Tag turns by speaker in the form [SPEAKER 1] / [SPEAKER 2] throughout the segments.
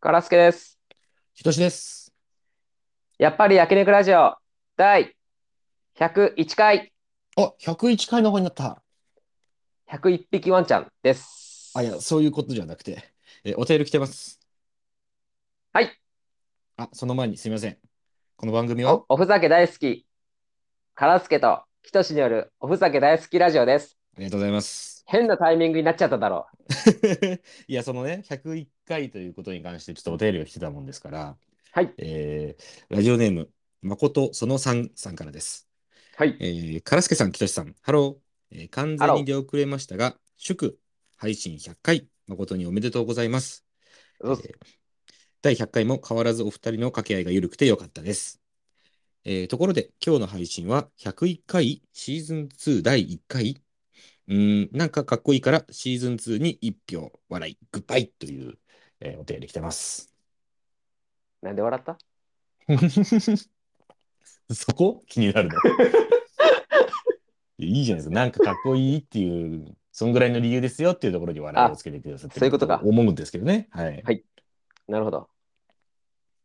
[SPEAKER 1] ガラスケです。
[SPEAKER 2] ひとしです。
[SPEAKER 1] やっぱり焼肉ラジオ第101回
[SPEAKER 2] あ、101回の方になった。
[SPEAKER 1] 101匹ワンちゃんです。
[SPEAKER 2] あ、いや、そういうことじゃなくて、えーお手入れ来てます。
[SPEAKER 1] はい。
[SPEAKER 2] あ、その前にすみません。この番組は
[SPEAKER 1] お、おふざけ大好き、カラスケとキトシによるおふざけ大好きラジオです。
[SPEAKER 2] ありがとうございます。
[SPEAKER 1] 変なタイミングになっちゃっただろ
[SPEAKER 2] いや、そのね、101回ということに関して、ちょっとお手入れをしてたもんですから、
[SPEAKER 1] はい。
[SPEAKER 2] えーラジオネーム、まことそのさんさんからです。
[SPEAKER 1] う。はい。
[SPEAKER 2] えー、からすけさん、きとしさん、ハロー。えー完
[SPEAKER 1] ハ
[SPEAKER 2] 全
[SPEAKER 1] ロー
[SPEAKER 2] に出遅れましたが、祝、配信100回、誠におめでとうございます。
[SPEAKER 1] そうっす
[SPEAKER 2] えー第100回も変わらずお二人の掛け合いが緩くてよかったです。えーところで、今日の配信は101回シーズン2第1回。うーん、なんかかっこいいからシーズン2に1票笑い、グッバイという、えーお手入れ来てます。
[SPEAKER 1] なんで笑った
[SPEAKER 2] そこ気になるの。 いいじゃないですか。なんかかっこいいっていう、そんぐらいの理由ですよっていうところに笑いをつけてくださって
[SPEAKER 1] あそういうことか
[SPEAKER 2] 思うんですけどね。はい。
[SPEAKER 1] なるほど。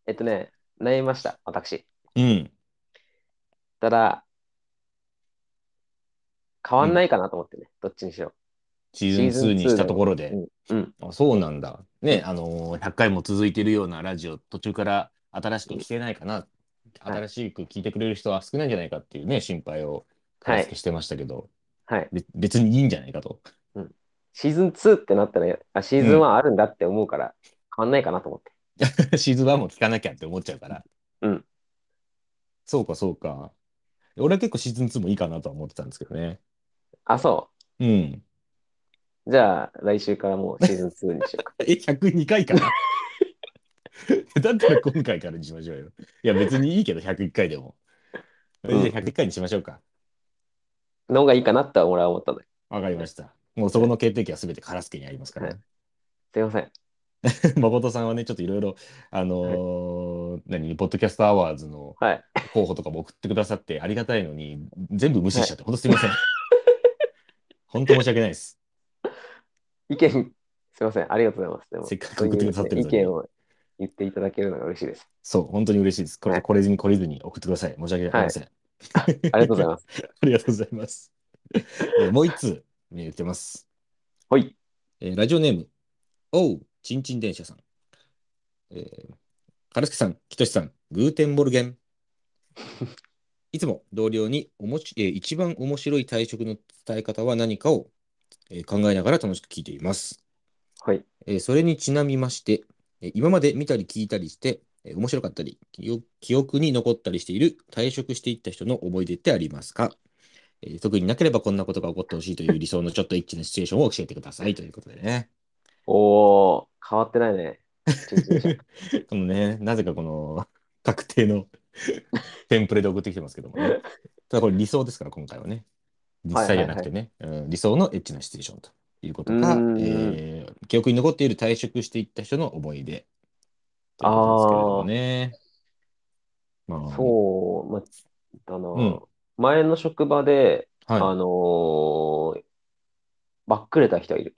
[SPEAKER 1] えっとね、悩みました、私。
[SPEAKER 2] うん。
[SPEAKER 1] ただ、変わんないかなと思ってね、どっちにしろ。
[SPEAKER 2] シーズン2にしたところで。
[SPEAKER 1] うん。
[SPEAKER 2] あ、そうなんだ。ね、あのー、100回も続いてるようなラジオ、途中から新しく聞けないかな、
[SPEAKER 1] い
[SPEAKER 2] 新しく聞いてくれる人は少ないんじゃないかっていうね、心配を、
[SPEAKER 1] はい
[SPEAKER 2] してましたけど、
[SPEAKER 1] はい。
[SPEAKER 2] べ別にいいんじゃないかと。
[SPEAKER 1] シーズン2ってなったら、あシーズン1あるんだって思うから、変わんないかなと思って。
[SPEAKER 2] シーズン1も聞かなきゃって思っちゃうから。
[SPEAKER 1] うん。
[SPEAKER 2] そうか、そうか。俺は結構シーズン2もいいかなとは思ってたんですけどね。
[SPEAKER 1] あ、そ
[SPEAKER 2] うん。
[SPEAKER 1] う。じゃあ、来週から もうシーズン2にしようか。
[SPEAKER 2] え、102回かな だったら今回からにしましょうよ。いや、別にいいけど、101回でも。えじゃ
[SPEAKER 1] う
[SPEAKER 2] あ
[SPEAKER 1] ん
[SPEAKER 2] 101回にしましょうか。
[SPEAKER 1] の方がいいかなって俺は思ったので。
[SPEAKER 2] わかりました。もうそこの決定権はすべてカラスケにありますから、ね。
[SPEAKER 1] すいません。
[SPEAKER 2] 誠さんはね、ちょっといろいろ、あのー何、ポッドキャストアワーズの
[SPEAKER 1] はい
[SPEAKER 2] 候補とかも送ってくださってありがたいのに、全部無視しちゃって、本当す みません。本当申し訳ないです。
[SPEAKER 1] 意見、すいません。ありがとうございます。でも
[SPEAKER 2] せっかく送ってくださってる
[SPEAKER 1] こ
[SPEAKER 2] の
[SPEAKER 1] ういうね意
[SPEAKER 2] に
[SPEAKER 1] 見を言っていただけるのが嬉しいです。
[SPEAKER 2] そう、本当に嬉しいです。こ
[SPEAKER 1] は
[SPEAKER 2] れ、
[SPEAKER 1] い
[SPEAKER 2] これずにこれずに送ってください。申し訳ありません。
[SPEAKER 1] ありがとうございます。
[SPEAKER 2] ありがとうございます。 えーもう一通、言ってます。
[SPEAKER 1] ほい。
[SPEAKER 2] えーラジオネーム、おう、ちんちん電車さん。えー、カルスケさん、きとしさん、グーテンボルゲン。 いつも同僚におもし、えー一番面白い退職の伝え方は何かを、えー考えながら楽しく聞いています。
[SPEAKER 1] はい。
[SPEAKER 2] えーそれにちなみまして、えー今まで見たり聞いたりして、えー面白かったり、記憶記憶に残ったりしている退職していった人の思い出ってありますか、えー特になければこんなことが起こってほしいという理想のちょっとエッチなシチュエーションを教えてくださいということでね。
[SPEAKER 1] おー、変わってないね。一日 でしょ
[SPEAKER 2] このね、なぜかこの確定の テンプレで送ってきてますけどもね。ただこれ理想ですから、今回はね。実際じゃなくてね、うん理想のエッチなシチュエーションということか、
[SPEAKER 1] うーん
[SPEAKER 2] えー記憶に残っている退職していった人の思い出ということですけれどもね。まあ、
[SPEAKER 1] そう、まあ、あの、
[SPEAKER 2] うん
[SPEAKER 1] 前の職場で、あ
[SPEAKER 2] は
[SPEAKER 1] のーばっくれた人いる。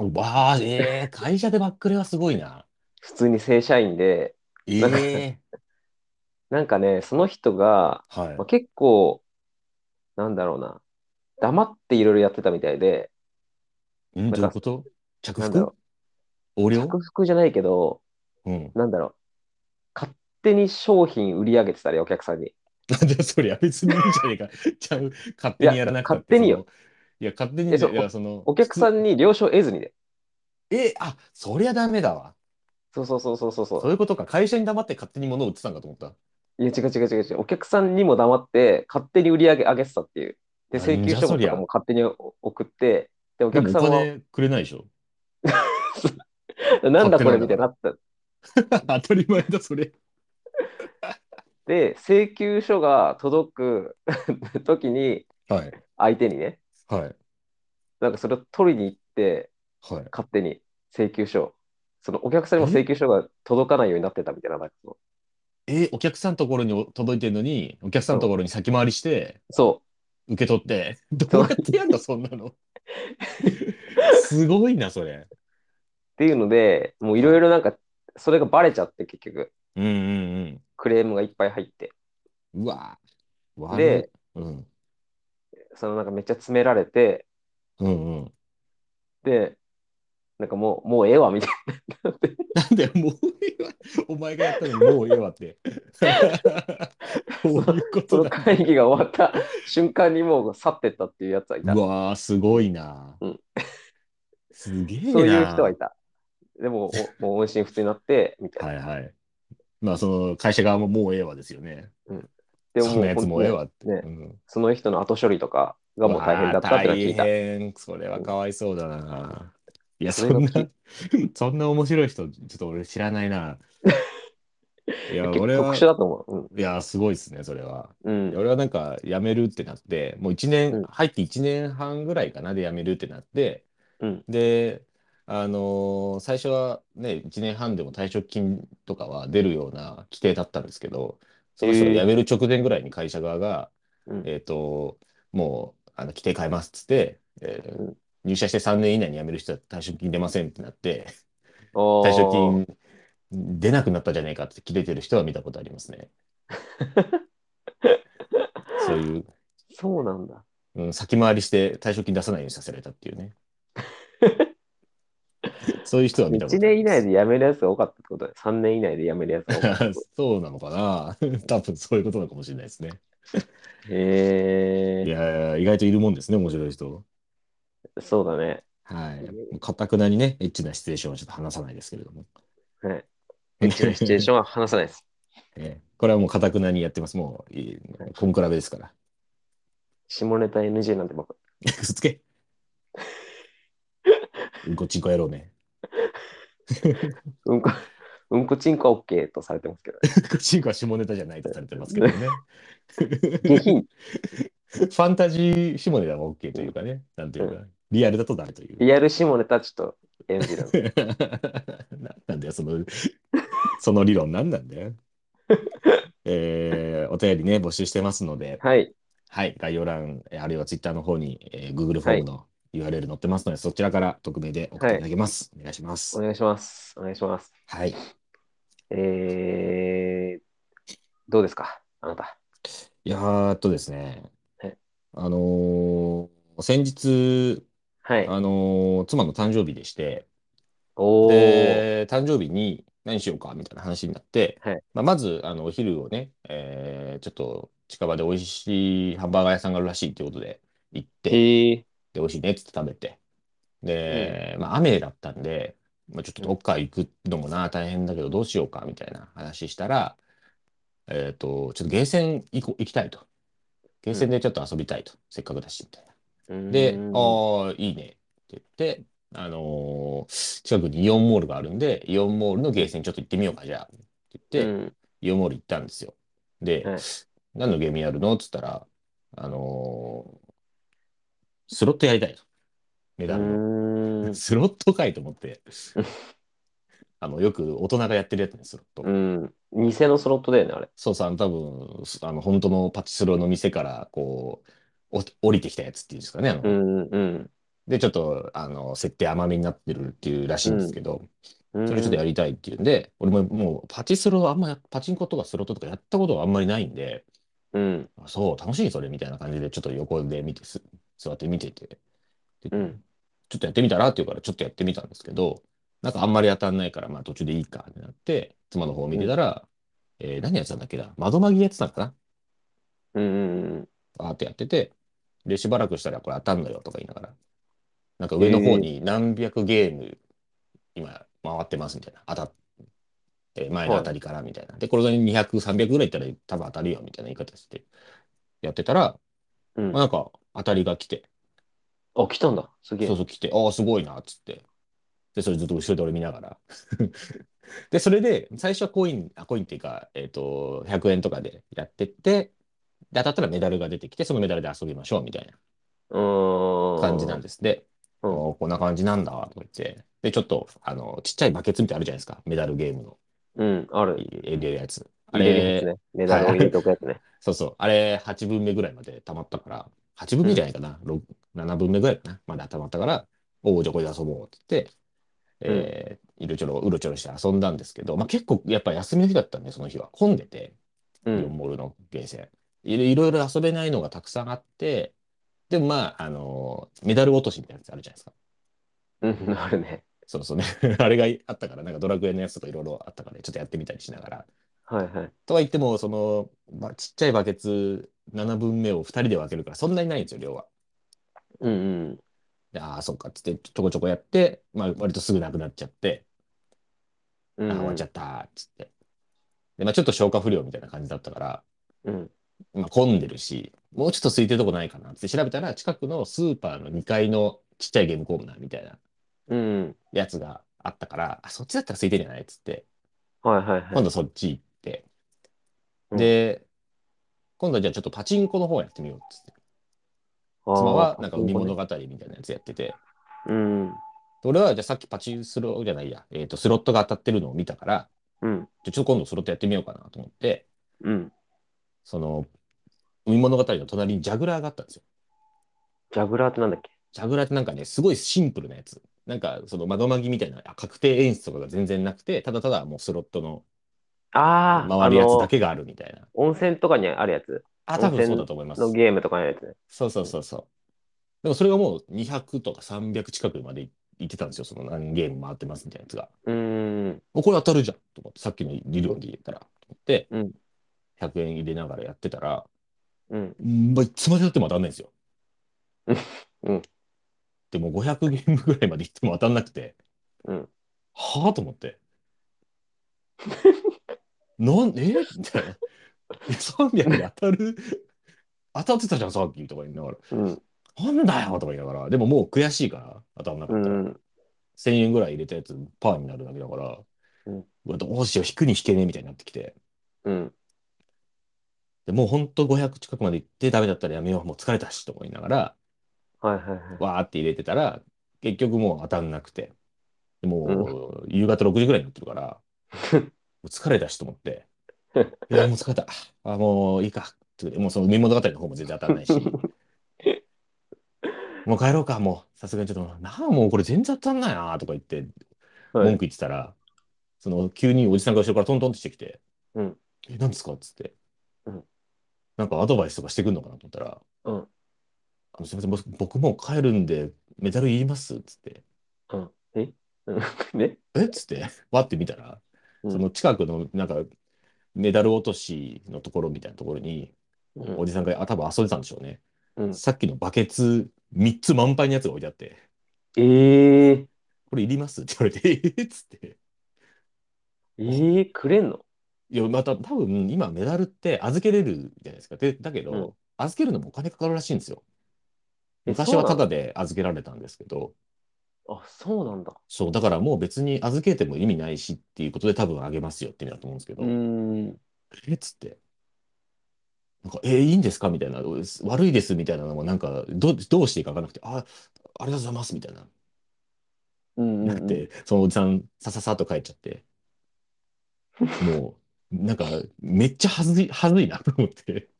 [SPEAKER 2] い。わあ、えー、会社でバックレはすごいな。
[SPEAKER 1] 普通に正社員で、
[SPEAKER 2] え
[SPEAKER 1] なんか
[SPEAKER 2] え
[SPEAKER 1] なんかね、その人が、
[SPEAKER 2] ー、はい
[SPEAKER 1] まあ、。結構、なんだろうな、黙っていろいろやってたみたいで、
[SPEAKER 2] うん、
[SPEAKER 1] なんか
[SPEAKER 2] どういうこと着
[SPEAKER 1] なんだ
[SPEAKER 2] 服
[SPEAKER 1] ろ
[SPEAKER 2] 横領
[SPEAKER 1] 着服じゃないけど、
[SPEAKER 2] うん。
[SPEAKER 1] なんだろう、勝手に商品売り上げてたり、お客さんに。
[SPEAKER 2] なんだよそりゃ別にいいじゃねえか。 ちゃう、勝手にやらなくたって
[SPEAKER 1] いや勝手によ。
[SPEAKER 2] そのいや、勝手にじ
[SPEAKER 1] えそ
[SPEAKER 2] ゃ
[SPEAKER 1] う
[SPEAKER 2] いや、その。
[SPEAKER 1] お客さ
[SPEAKER 2] 普通。
[SPEAKER 1] んに了承得ずにね。
[SPEAKER 2] え、あ、そりゃダメだわ。
[SPEAKER 1] そうそうそうそうそうそ
[SPEAKER 2] そう
[SPEAKER 1] う。
[SPEAKER 2] いうことか。会社に黙って勝手に物を売ってたんだと思った。
[SPEAKER 1] いや違う違う違う違う。お客さんにも黙って勝手に売り上げ上げてたっていう。で、
[SPEAKER 2] あ
[SPEAKER 1] 請求書
[SPEAKER 2] なんじゃそ
[SPEAKER 1] と
[SPEAKER 2] り
[SPEAKER 1] か
[SPEAKER 2] ゃ
[SPEAKER 1] も勝手に送って、で、お
[SPEAKER 2] で
[SPEAKER 1] 客
[SPEAKER 2] もお
[SPEAKER 1] さんは、
[SPEAKER 2] 金くれないでしょ。
[SPEAKER 1] なんだこれ
[SPEAKER 2] 買
[SPEAKER 1] み
[SPEAKER 2] ってないんだ
[SPEAKER 1] たいになった。
[SPEAKER 2] 当たり前だ、それ。
[SPEAKER 1] で、請求書が届く 時に、
[SPEAKER 2] はい。
[SPEAKER 1] 相手にね、
[SPEAKER 2] はい。
[SPEAKER 1] なんかそれを取りに行って、
[SPEAKER 2] はい。
[SPEAKER 1] 勝手に請求書、そのお客さんにも請求書が届かないようになってたみたいな、なんかその
[SPEAKER 2] え、お客さんのところに届いてるのに、お客さんのところに先回りして、
[SPEAKER 1] そ
[SPEAKER 2] 受け取って、どうやってやんの、そんなの。すごいな、それ。
[SPEAKER 1] うっていうので、もういろいろなんかそれがバレちゃって結局
[SPEAKER 2] うんうん
[SPEAKER 1] クレームがいっぱい入って
[SPEAKER 2] うん。うわぁ。悪い
[SPEAKER 1] で、
[SPEAKER 2] うん。
[SPEAKER 1] そのなんかめっちゃ詰められて
[SPEAKER 2] うんうん。
[SPEAKER 1] でなんかもうもうええわみたいな
[SPEAKER 2] なんだよ、もうええわ。お前がやったのにもうええわって。 そういうこ
[SPEAKER 1] そ
[SPEAKER 2] と
[SPEAKER 1] の
[SPEAKER 2] だ。
[SPEAKER 1] 会議が終わった 瞬間にもう去ってったっていうやつはいた
[SPEAKER 2] うわぁ、すごいなぁ
[SPEAKER 1] うん
[SPEAKER 2] すげえなぁ
[SPEAKER 1] そういう人はいたでもおもう音信不通になってみたいな、
[SPEAKER 2] はいはい。まあ、その会社側ももうええわですよね。
[SPEAKER 1] で
[SPEAKER 2] そん
[SPEAKER 1] も
[SPEAKER 2] なやつもうええわって。
[SPEAKER 1] ね
[SPEAKER 2] うん
[SPEAKER 1] その人の後処理とかがもう大変だったっていうのは聞いた
[SPEAKER 2] うわー大変それはかわいそうだな。いや、
[SPEAKER 1] そ
[SPEAKER 2] そ
[SPEAKER 1] れが
[SPEAKER 2] んな
[SPEAKER 1] 聞、
[SPEAKER 2] そんな面白い人、ちょっと俺知らな いな。いや、
[SPEAKER 1] 結構
[SPEAKER 2] 俺は、
[SPEAKER 1] 特殊だと思う、
[SPEAKER 2] いや、すごいですね、それは。
[SPEAKER 1] うんう
[SPEAKER 2] いや
[SPEAKER 1] ん、
[SPEAKER 2] 俺はなんか、辞めるってなって、もう1
[SPEAKER 1] う
[SPEAKER 2] 年、
[SPEAKER 1] ん
[SPEAKER 2] 入って1年半ぐらいかな、で辞めるってなって、
[SPEAKER 1] うん
[SPEAKER 2] で、あのー最初はね、1年半でも退職金とかは出るような規定だったんですけど、その人が
[SPEAKER 1] へー
[SPEAKER 2] 辞める直前ぐらいに会社側が、
[SPEAKER 1] うん
[SPEAKER 2] えっ、と、もう、あの、規定変えますっつって、えー
[SPEAKER 1] うん
[SPEAKER 2] 入社して3年以内に辞める人は退職金出ませんってなって、
[SPEAKER 1] あー
[SPEAKER 2] 退職金出なくなったじゃねえかって切れてる人は見たことありま すね。そういう、
[SPEAKER 1] そうなんだ
[SPEAKER 2] うん、先回りして退職金出さないようにさせられたってい うね。そういう人は見たこと
[SPEAKER 1] 1
[SPEAKER 2] あり
[SPEAKER 1] 年以内で辞めるやつが多かったってことだよ3年以内で辞めるやつが多 かったって
[SPEAKER 2] ま
[SPEAKER 1] こ
[SPEAKER 2] す。そうなのかな 多分そういうことなのかもしれないですね。
[SPEAKER 1] とへえ
[SPEAKER 2] いやー、意外といるもんですね、面白い人。
[SPEAKER 1] そうだね
[SPEAKER 2] はい。かたくなにね、エッチなシチュエーションはちょっと話さないですけれども。
[SPEAKER 1] はいエッチなシチュエーションは話さない です
[SPEAKER 2] ええこれはもうかたくなにやってます。もう、いいコンクラベですから。
[SPEAKER 1] 下ネタ NG なんてばっか
[SPEAKER 2] 嘘 つけ。ごちんこ野郎め。
[SPEAKER 1] うんこ うんこちんこは OK とされてますけど、ね、
[SPEAKER 2] ごちんこは下ネタじゃないとされてますけどね。
[SPEAKER 1] 下品
[SPEAKER 2] ファンタジー下ネタも OK というかね。なんていうか、リアルだとダメという。
[SPEAKER 1] リアル下ネタちょっと NG だな
[SPEAKER 2] ななんだよ、その、 その理論なんなんだよ。えーお便りね、募集してますので、
[SPEAKER 1] はい
[SPEAKER 2] はい、概要欄、えーあるいはツイッターの方に、えー Google フォームの URL 載ってますので、そちらから匿名で送っていただけます。お願いしま
[SPEAKER 1] お
[SPEAKER 2] す。
[SPEAKER 1] 願いしますお願いします
[SPEAKER 2] はい。
[SPEAKER 1] えー、どうですかあなた
[SPEAKER 2] やーっとですね
[SPEAKER 1] はい、
[SPEAKER 2] あのー先日、
[SPEAKER 1] はい
[SPEAKER 2] あのー妻の誕生日でして、
[SPEAKER 1] おー
[SPEAKER 2] で、誕生日に何しようかみたいな話になって、
[SPEAKER 1] はい
[SPEAKER 2] まあ、まず、あの、お昼をね、えーちょっと近場で美味しいハンバーガー屋さんがあるらしいってことで行って、
[SPEAKER 1] へえ
[SPEAKER 2] で、美味しいねって言って食べて。で、まあ、雨だったんで、まあ、ちょっとどっか行くのもな、大変だけど、どうしようか、みたいな話したら、えっと、ちょっとゲーセン行こ行きたいと。ゲーセンでちょっと遊びたいと。せっかくだし、みたいな。で、ああ、いいねって言って、あのー近くにイオンモールがあるんで、イオンモールのゲーセンちょっと行ってみようか、じゃあ。って言って、
[SPEAKER 1] うん
[SPEAKER 2] イオンモール行ったんですよ。で、
[SPEAKER 1] はい
[SPEAKER 2] 何のゲームやるのって言ったら、あのースロットやりたいと。値
[SPEAKER 1] う
[SPEAKER 2] 段の。
[SPEAKER 1] ん
[SPEAKER 2] スロットかいと 思って。あの、よく大人がやってるやつね、スロット。
[SPEAKER 1] うん偽のスロットだよねあれ
[SPEAKER 2] そうさん、多分、すあの、本当のパチスロの店から、こう、お降りてきたやつっていうんですかね、あの、
[SPEAKER 1] うんうん
[SPEAKER 2] で、ちょっと、あの、設定甘めになってるっていうらしいんですけど、
[SPEAKER 1] うん
[SPEAKER 2] それちょっとやりたいっていうんで、俺ももうパチスロはあんまや、パチンコとかスロットとかやったことはあんまりないんで、
[SPEAKER 1] うん
[SPEAKER 2] あそう、楽しいそれみたいな感じで、ちょっと横で見てす、座って見てて、で
[SPEAKER 1] うん
[SPEAKER 2] ちょっとやってみたらって言うから、ちょっとやってみたんですけど、なんかあんまり当たんないから、まあ途中でいいかってなって、妻の方を見てたら、えー何やってたんだっけな、窓紛れやってたのかな
[SPEAKER 1] うんうん
[SPEAKER 2] あーってやってて、で、しばらくしたらこれ当たんのよとか言いながら、なんか上の方に何百ゲーム今回ってますみたいな、当たっ、えー前の当たりからみたいな。で、これが200、300ぐらいいったら多分当たるよみたいな言い方して、やってたら、
[SPEAKER 1] うん
[SPEAKER 2] まあ、なんか当たりが来て、
[SPEAKER 1] あ来たんだすげえ
[SPEAKER 2] そうそう来て、ああ、すごいな、っつって。で、それずっと後ろで俺見ながら。 で、それで、最初はコイン、あ、コインっていうか、えっと、100円とかでやってって、で、当たったらメダルが出てきて、そのメダルで遊びましょう、みたいな。感
[SPEAKER 1] 感
[SPEAKER 2] じなん
[SPEAKER 1] で。
[SPEAKER 2] です。で、
[SPEAKER 1] うん
[SPEAKER 2] おーこんな感じなんだとか言って、で、ちょっと、あの、ちっちゃいバケツみたいなのあるじゃないですか、メダルゲームの
[SPEAKER 1] うん、ある。
[SPEAKER 2] 入れるやつ。あ
[SPEAKER 1] 入れるやつ
[SPEAKER 2] れ、
[SPEAKER 1] ね。メダルを入れておくやつね。
[SPEAKER 2] そうそう、あれ、8分目ぐらいまで溜まったから、8分目じゃないかな、六7分目ぐらいかな、まで溜まったから、おお、じゃあこれで遊ぼうって言って、えーいろちょろ、うろちょろして遊んだんですけど、まあ、結構やっぱ休みの日だったんで、その日は混んでて、
[SPEAKER 1] う
[SPEAKER 2] イオン
[SPEAKER 1] ん。
[SPEAKER 2] モールのゲーセン。いろいろいろ遊べないのがたくさんあって、でもまあ、あのメダル落としみたいなやつあるじゃないですか。
[SPEAKER 1] うん、あるね。
[SPEAKER 2] そうそうね。 あれがあったから、なんかドラクエのやつとかいろいろあったから、ちょっとやってみたりしながら。
[SPEAKER 1] はいはい。
[SPEAKER 2] とは言っても、その、まあ、ちっちゃいバケツ7分目を2人で分けるから、そんなにないんですよ、量は。
[SPEAKER 1] うんうん。
[SPEAKER 2] でああ、そっかっつって、ちょこちょこやって、まあ、割とすぐなくなっちゃって、
[SPEAKER 1] う
[SPEAKER 2] あ
[SPEAKER 1] ん
[SPEAKER 2] あ、終わっちゃったーっつって。で、まあ、ちょっと消化不良みたいな感じだったから、
[SPEAKER 1] うん。
[SPEAKER 2] まあ、混んでるし、もうちょっと空いてるとこないかなっつって調べたら、近くのスーパーの2階のちっちゃいゲームコーナーみたいな
[SPEAKER 1] うん。
[SPEAKER 2] やつがあったから、あ、そっちだったら空いてんじゃないっつって、
[SPEAKER 1] はいはいは
[SPEAKER 2] 今
[SPEAKER 1] い。
[SPEAKER 2] 度そっち行って、
[SPEAKER 1] うん
[SPEAKER 2] で、今度はじゃあちょっとパチンコの方やってみようっつって、
[SPEAKER 1] あー
[SPEAKER 2] 妻はなんか海物
[SPEAKER 1] ね
[SPEAKER 2] 語みたいなやつやってて、
[SPEAKER 1] うん。
[SPEAKER 2] 俺はじゃあさっきパチンスロじゃないや、えっと、スロットが当たってるのを見たから、
[SPEAKER 1] うん。
[SPEAKER 2] じゃあちょっと今度スロットやってみようかなと思って、
[SPEAKER 1] うん。
[SPEAKER 2] その、海物語の隣にジャグラーがあったんですよ。
[SPEAKER 1] ジャグラーってなんだっけ
[SPEAKER 2] ジャグラーってなんかね、すごいシンプルなやつ。なんか、その、まどまぎみたいな、あ確定演出とかが全然なくて、ただただもうスロットの
[SPEAKER 1] ああ、
[SPEAKER 2] 回るやつ
[SPEAKER 1] あ
[SPEAKER 2] だ
[SPEAKER 1] の
[SPEAKER 2] けがあるみたいな。
[SPEAKER 1] 温泉とかにあるやつ
[SPEAKER 2] あ
[SPEAKER 1] あの
[SPEAKER 2] 多分そうだと思います。
[SPEAKER 1] のゲームとかのやつね。
[SPEAKER 2] そうそうそうそう。でもそれがもう200とか300近くまで行ってたんですよ。その何ゲーム回ってますみたいなやつが。
[SPEAKER 1] うーん。
[SPEAKER 2] もうこれ当たるじゃんと思って、さっきの理論で言ったら。と思って、
[SPEAKER 1] うん
[SPEAKER 2] 100円入れながらやってたら、
[SPEAKER 1] うん。
[SPEAKER 2] うんまあ、いつまでたっても当たんないんですよ。
[SPEAKER 1] うん
[SPEAKER 2] でも500ゲームぐらいまで行っても当たんなくて、
[SPEAKER 1] うん
[SPEAKER 2] はぁと思って。 なんえみたいな。え300で当たる当たってたじゃん、さっきとか言いながら。
[SPEAKER 1] うん。
[SPEAKER 2] なんだよとか言いながら。でももう悔しいから、当たんなか
[SPEAKER 1] う
[SPEAKER 2] ったら。
[SPEAKER 1] ん。
[SPEAKER 2] 1000円ぐらい入れたやつ、パーになるだけだから、
[SPEAKER 1] うん
[SPEAKER 2] うわどうしよう、引くに引けねえみたいになってきて。
[SPEAKER 1] うん。
[SPEAKER 2] でもうほんと500近くまで行ってダメだったらやめよう、もう疲れたしと思いながら、
[SPEAKER 1] はいはいはい。
[SPEAKER 2] わーって入れてたら、結局もう当たんなくて。でもう夕方6時ぐらいになってるから、もう疲れたしと思って、いや、もう疲れた。あ、もういいか。ってもうその海物語の方も全然当たんないし、もう帰ろうか、もう。さすがにちょっと、なあ、もうこれ全然当たんないなとか言って、
[SPEAKER 1] はい
[SPEAKER 2] 文句言ってたら、その急におじさんが後ろからトントンってしてきて、
[SPEAKER 1] うん
[SPEAKER 2] え、何ですかっつって、
[SPEAKER 1] うん
[SPEAKER 2] なんかアドバイスとかしてくんのかなと思ったら、
[SPEAKER 1] うん
[SPEAKER 2] あのすみません僕、僕もう帰るんで、メダルいりますっつって、
[SPEAKER 1] うん。えうんね
[SPEAKER 2] えっつって、 わって見たら、
[SPEAKER 1] うん
[SPEAKER 2] その近くのなんか、メダル落としのところみたいなところに、
[SPEAKER 1] うん
[SPEAKER 2] おじさんが、あ、多分遊んでたんでしょうね。
[SPEAKER 1] うん
[SPEAKER 2] さっきのバケツ3つ満杯のやつが置いてあって、
[SPEAKER 1] ええ。
[SPEAKER 2] これいりますって言われて、 えっつって。
[SPEAKER 1] ええ、くれんの
[SPEAKER 2] いや、また多分今メダルって預けれるじゃないですか。で、だけど、
[SPEAKER 1] うん
[SPEAKER 2] 預けるのもお金かかるらしいんですよ。
[SPEAKER 1] え
[SPEAKER 2] 昔はタダで預けられたんですけど、
[SPEAKER 1] あ、そうなんだ。
[SPEAKER 2] そう、だからもう別に預けても意味ないしっていうことで多分あげますよって意味だと思うんですけど、
[SPEAKER 1] うーん。
[SPEAKER 2] えっつって。なんか、えいいんですかみたいな、悪いですみたいなのもなんか、ど、どうしていいかわからなくて、あ、ありがとうございますみたいな。
[SPEAKER 1] うんうん
[SPEAKER 2] な
[SPEAKER 1] う
[SPEAKER 2] っ
[SPEAKER 1] ん。
[SPEAKER 2] て、そのおじさん、さささっと帰っちゃ って、もう、なんか、めっちゃはずい、はずいなと思って、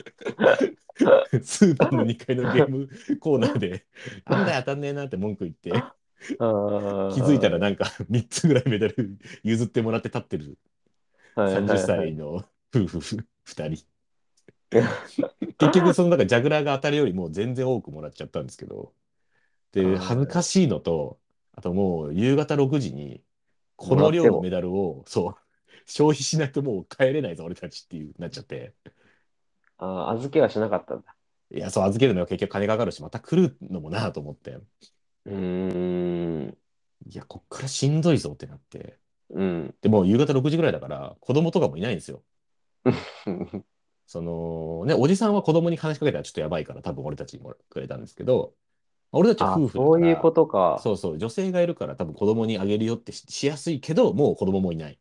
[SPEAKER 2] スーパーの2階のゲームコーナーで、あんだよ当たんねえなって文句言って、
[SPEAKER 1] 気
[SPEAKER 2] 気づいたらなんか3つ ぐらいメダル 譲ってもらって立ってる30歳の夫婦2人。結局そのなんかジャグラーが当たるよりも全然多くもらっちゃったんですけど、で、恥ずかしいのと、あともう夕方6時に、この量のメダルを、そう、消費しないともう帰れないぞ、俺たちっていうなっちゃって。
[SPEAKER 1] ああ、預けはしなかったんだ。
[SPEAKER 2] いや、そう、預けるのは結局金かかるし、また来るのもなと思って、
[SPEAKER 1] うーん。
[SPEAKER 2] いや、こっからしんどいぞってなって。
[SPEAKER 1] うん。
[SPEAKER 2] でもう夕方6時ぐらいだから、子供とかもいないんですよ。
[SPEAKER 1] うん
[SPEAKER 2] その、ね、おじさんは子供に話しかけたらちょっとやばいから、多分俺たちにもくれたんですけど、俺たちは
[SPEAKER 1] あ
[SPEAKER 2] 夫婦だから、
[SPEAKER 1] そういうことか。
[SPEAKER 2] そうそう、女性がいるから多分子供にあげるよってししやすいけど、もう子供もいない。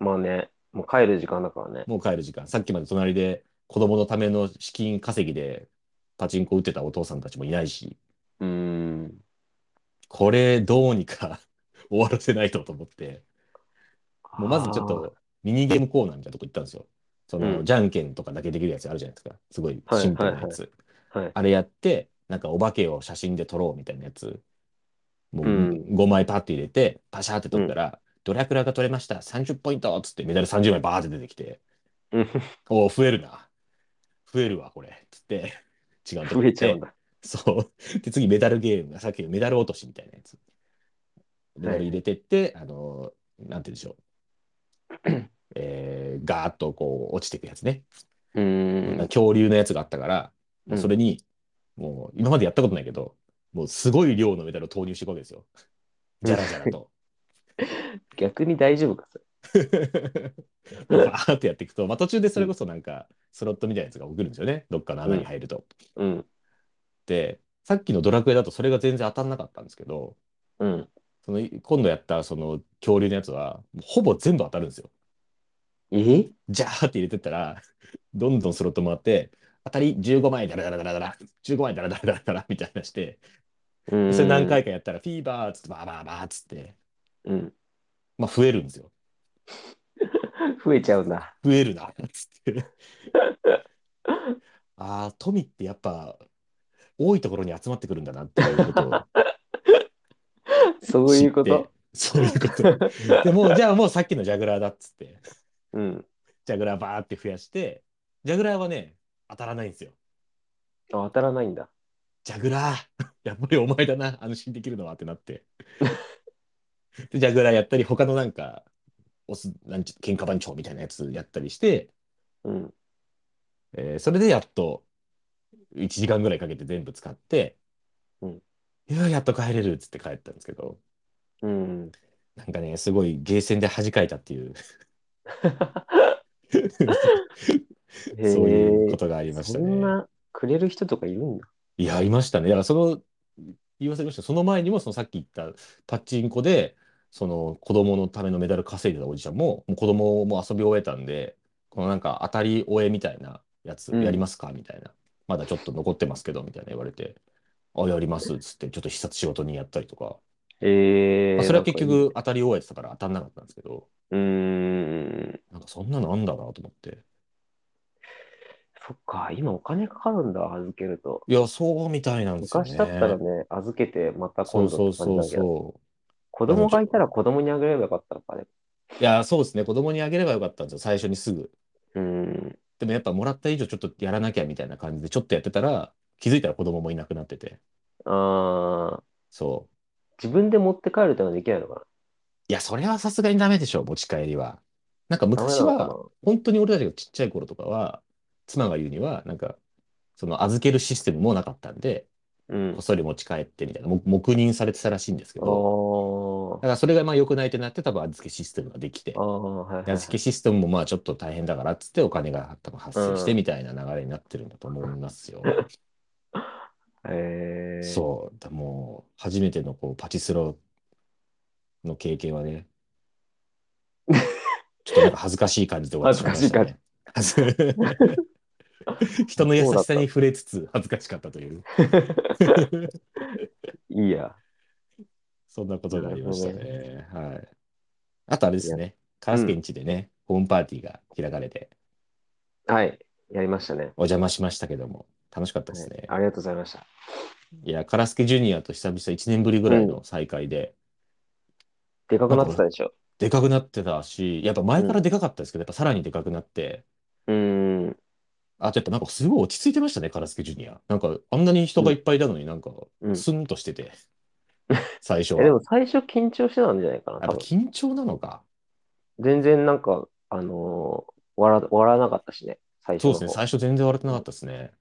[SPEAKER 1] まあね、もう帰る時間だからね。
[SPEAKER 2] もう帰る時間。さっきまで隣で子供のための資金稼ぎでパチンコ打ってたお父さんたちもいないし、
[SPEAKER 1] うーん。
[SPEAKER 2] これどうにか 終わらせないとと思って、もうまずちょっとミニゲームコーナーみたいなとこ行ったんですよ。その、
[SPEAKER 1] うん
[SPEAKER 2] じゃんけんとかだけできるやつあるじゃないですか。すごいシンプルなやつ。
[SPEAKER 1] あー。はい。
[SPEAKER 2] あれやって、なんかお化けを写真で撮ろうみたいなやつ。もう
[SPEAKER 1] うん
[SPEAKER 2] 5枚パッて入れて、パシャーって取ったら、ドラクラが取れました、30ポイントっつってメダル30枚バーって出てきて、
[SPEAKER 1] うん
[SPEAKER 2] おお、増えるな。増えるわ、これ。つって、違うと こ
[SPEAKER 1] 増
[SPEAKER 2] 行
[SPEAKER 1] え
[SPEAKER 2] って
[SPEAKER 1] ちゃうんだ。
[SPEAKER 2] そう。 で、次、メダルゲーム、さっきのメダル落としみたいなやつ。メダル入れてって、あのー、なんて言うんでしょ う。えー、ガーッとこう落ちていくやつね。
[SPEAKER 1] うーん。
[SPEAKER 2] 恐竜のやつがあったから、もう
[SPEAKER 1] うん
[SPEAKER 2] それに、もう今までやったことないけど、もうすごい量のメダルを投入していくわけですよ。じゃらじゃらと。
[SPEAKER 1] 逆に大丈夫か、それ。
[SPEAKER 2] バーってやっていくと、まあ、途中でそれこそなんか、スロットみたいなやつが送るんですよね。どっかの穴に入ると。
[SPEAKER 1] うん。
[SPEAKER 2] で、さっきのドラクエだとそれが全然当たんなかったんですけど、
[SPEAKER 1] うん。
[SPEAKER 2] その今度やったその恐竜のやつは、もうほぼ全部当たるんですよ。
[SPEAKER 1] え
[SPEAKER 2] ジャーって入れてったら、どんどんスロット回って、当たり15枚ダラダラダラダラ、15枚ダラダラダラダラみたいなして、
[SPEAKER 1] そ
[SPEAKER 2] それ何回かやったら、フィーバーっつって、バーバーバーっつって、
[SPEAKER 1] うん。
[SPEAKER 2] まあ増えるんですよ。
[SPEAKER 1] 増えちゃうんだ。
[SPEAKER 2] 増えるな、つ って。ああ、富ってやっぱ、多いところに集まってくるんだなっていうことを知っ て。
[SPEAKER 1] そういうこと。
[SPEAKER 2] そういうこと。でもう、じゃあもうさっきのジャグラーだっつって。
[SPEAKER 1] うん。
[SPEAKER 2] ジャグラーバーって増やして、ジャグラーはね、当たらないんですよ。
[SPEAKER 1] あ当たらないんだ。
[SPEAKER 2] ジャグラー、 やっぱりお前だな、安心できるのはって なって。で、ジャグラーやったり、他のなんか、オス、なんち喧嘩番長みたいなやつやったりして、
[SPEAKER 1] うん。
[SPEAKER 2] えーそれでやっと、1時間ぐらいかけて全部使って、
[SPEAKER 1] うん
[SPEAKER 2] いや、やっと帰れるっつって帰ったんですけど、
[SPEAKER 1] うん。
[SPEAKER 2] なんかね、すごいゲーセンで恥かいたっていう、 そう
[SPEAKER 1] へ
[SPEAKER 2] いう
[SPEAKER 1] え
[SPEAKER 2] ことがありました
[SPEAKER 1] そん
[SPEAKER 2] ね。
[SPEAKER 1] なくれる人とかいるんだ。
[SPEAKER 2] いや、いましたね。だからその、言い忘れました。その前にも、そのさっき言ったパチンコで、その子供のためのメダル稼いでたおじちゃんも、もう子供も遊び終えたんで、このなんか当たり終えみたいなやつ
[SPEAKER 1] うん
[SPEAKER 2] やりますかみたいな。まだちょっと残ってますけど、みたいな言われて、あ、やりますっつって、ちょっと視察仕事にやったりとか。
[SPEAKER 1] え
[SPEAKER 2] まあ、それは結
[SPEAKER 1] なんかいい。
[SPEAKER 2] 局当たり終えてたから当たんなかったんですけど、
[SPEAKER 1] うーん。
[SPEAKER 2] なんかそんなのあんだなと思って。
[SPEAKER 1] そっか、今お金かかるんだ、預けると。
[SPEAKER 2] いや、そうみたいなんですよ
[SPEAKER 1] 昔だったら
[SPEAKER 2] ね。
[SPEAKER 1] ね、預けてまた
[SPEAKER 2] そ
[SPEAKER 1] 今
[SPEAKER 2] うそ
[SPEAKER 1] 度
[SPEAKER 2] う
[SPEAKER 1] って感じ
[SPEAKER 2] そう
[SPEAKER 1] だけど、
[SPEAKER 2] そう。
[SPEAKER 1] 子供がいたら子供にあげればよかったのかね。
[SPEAKER 2] いや、そうですね。子供にあげればよかったんですよ。最初にすぐ。
[SPEAKER 1] うん。
[SPEAKER 2] でもやっぱもらった以上ちょっとやらなきゃみたいな感じでちょっとやってたら、気づいたら子供もいなくなってて。
[SPEAKER 1] あー
[SPEAKER 2] そう。
[SPEAKER 1] 自分で持って帰るとかできないのか
[SPEAKER 2] いや、それはさすがにダメでしょ、持ち帰りは。なんか
[SPEAKER 1] な。ダメ
[SPEAKER 2] 昔
[SPEAKER 1] なの
[SPEAKER 2] は、本当に俺たちがちっちゃい頃とかは、妻が言うには、なんか、その預けるシステムもなかったんで、
[SPEAKER 1] かな。うん
[SPEAKER 2] こっ。そり持ち帰ってみたいな、も黙認されてたらしいんですけ
[SPEAKER 1] あ
[SPEAKER 2] ど、だ
[SPEAKER 1] ー
[SPEAKER 2] からそれがまあ良くないってなって、多分預けシステムができて
[SPEAKER 1] あー、、はいはいはい。
[SPEAKER 2] 預けシステムもまあちょっと大変だからっつってお金が多分発生してみたいな流れになってるんだと思いますよ。
[SPEAKER 1] えー、
[SPEAKER 2] そう、だもう初めてのこうパチスロの経験はね、ちょっとなんか恥ずかしい感じで終わってしまいましたね。恥ず人の優しさに触れつつ恥ずかしかったという、
[SPEAKER 1] いいや。
[SPEAKER 2] そんなことがありました
[SPEAKER 1] な
[SPEAKER 2] ね。はい。あとあれですね、カラスケんちでね、ホームパーティーが開かれて
[SPEAKER 1] はい。やりましたね。
[SPEAKER 2] お邪魔しましたけども、楽しかったですね。
[SPEAKER 1] ありがとうございました。
[SPEAKER 2] いや、カラスケジュニアと久々1年ぶりぐらいの再会で、
[SPEAKER 1] でかくなってたでしょ。
[SPEAKER 2] でかくなってたし、やっぱ前からでかかったですけど、やっぱさらにでかくなって、
[SPEAKER 1] うん。
[SPEAKER 2] あとやっぱなんかすごい落ち着いてましたね、カラスケジュニア。なんかあんなに人がいっぱいいたのになんか
[SPEAKER 1] うん
[SPEAKER 2] スンとし てて、最初
[SPEAKER 1] えで
[SPEAKER 2] は。
[SPEAKER 1] も最初緊張してたんじゃないかな。
[SPEAKER 2] やっ
[SPEAKER 1] 多
[SPEAKER 2] ぱ
[SPEAKER 1] 分
[SPEAKER 2] 緊張なのか。
[SPEAKER 1] 全然なんか、あのー笑、笑わなかったしね。最初
[SPEAKER 2] そう
[SPEAKER 1] の
[SPEAKER 2] ですね、
[SPEAKER 1] 方
[SPEAKER 2] 最初全然笑ってなかったですね。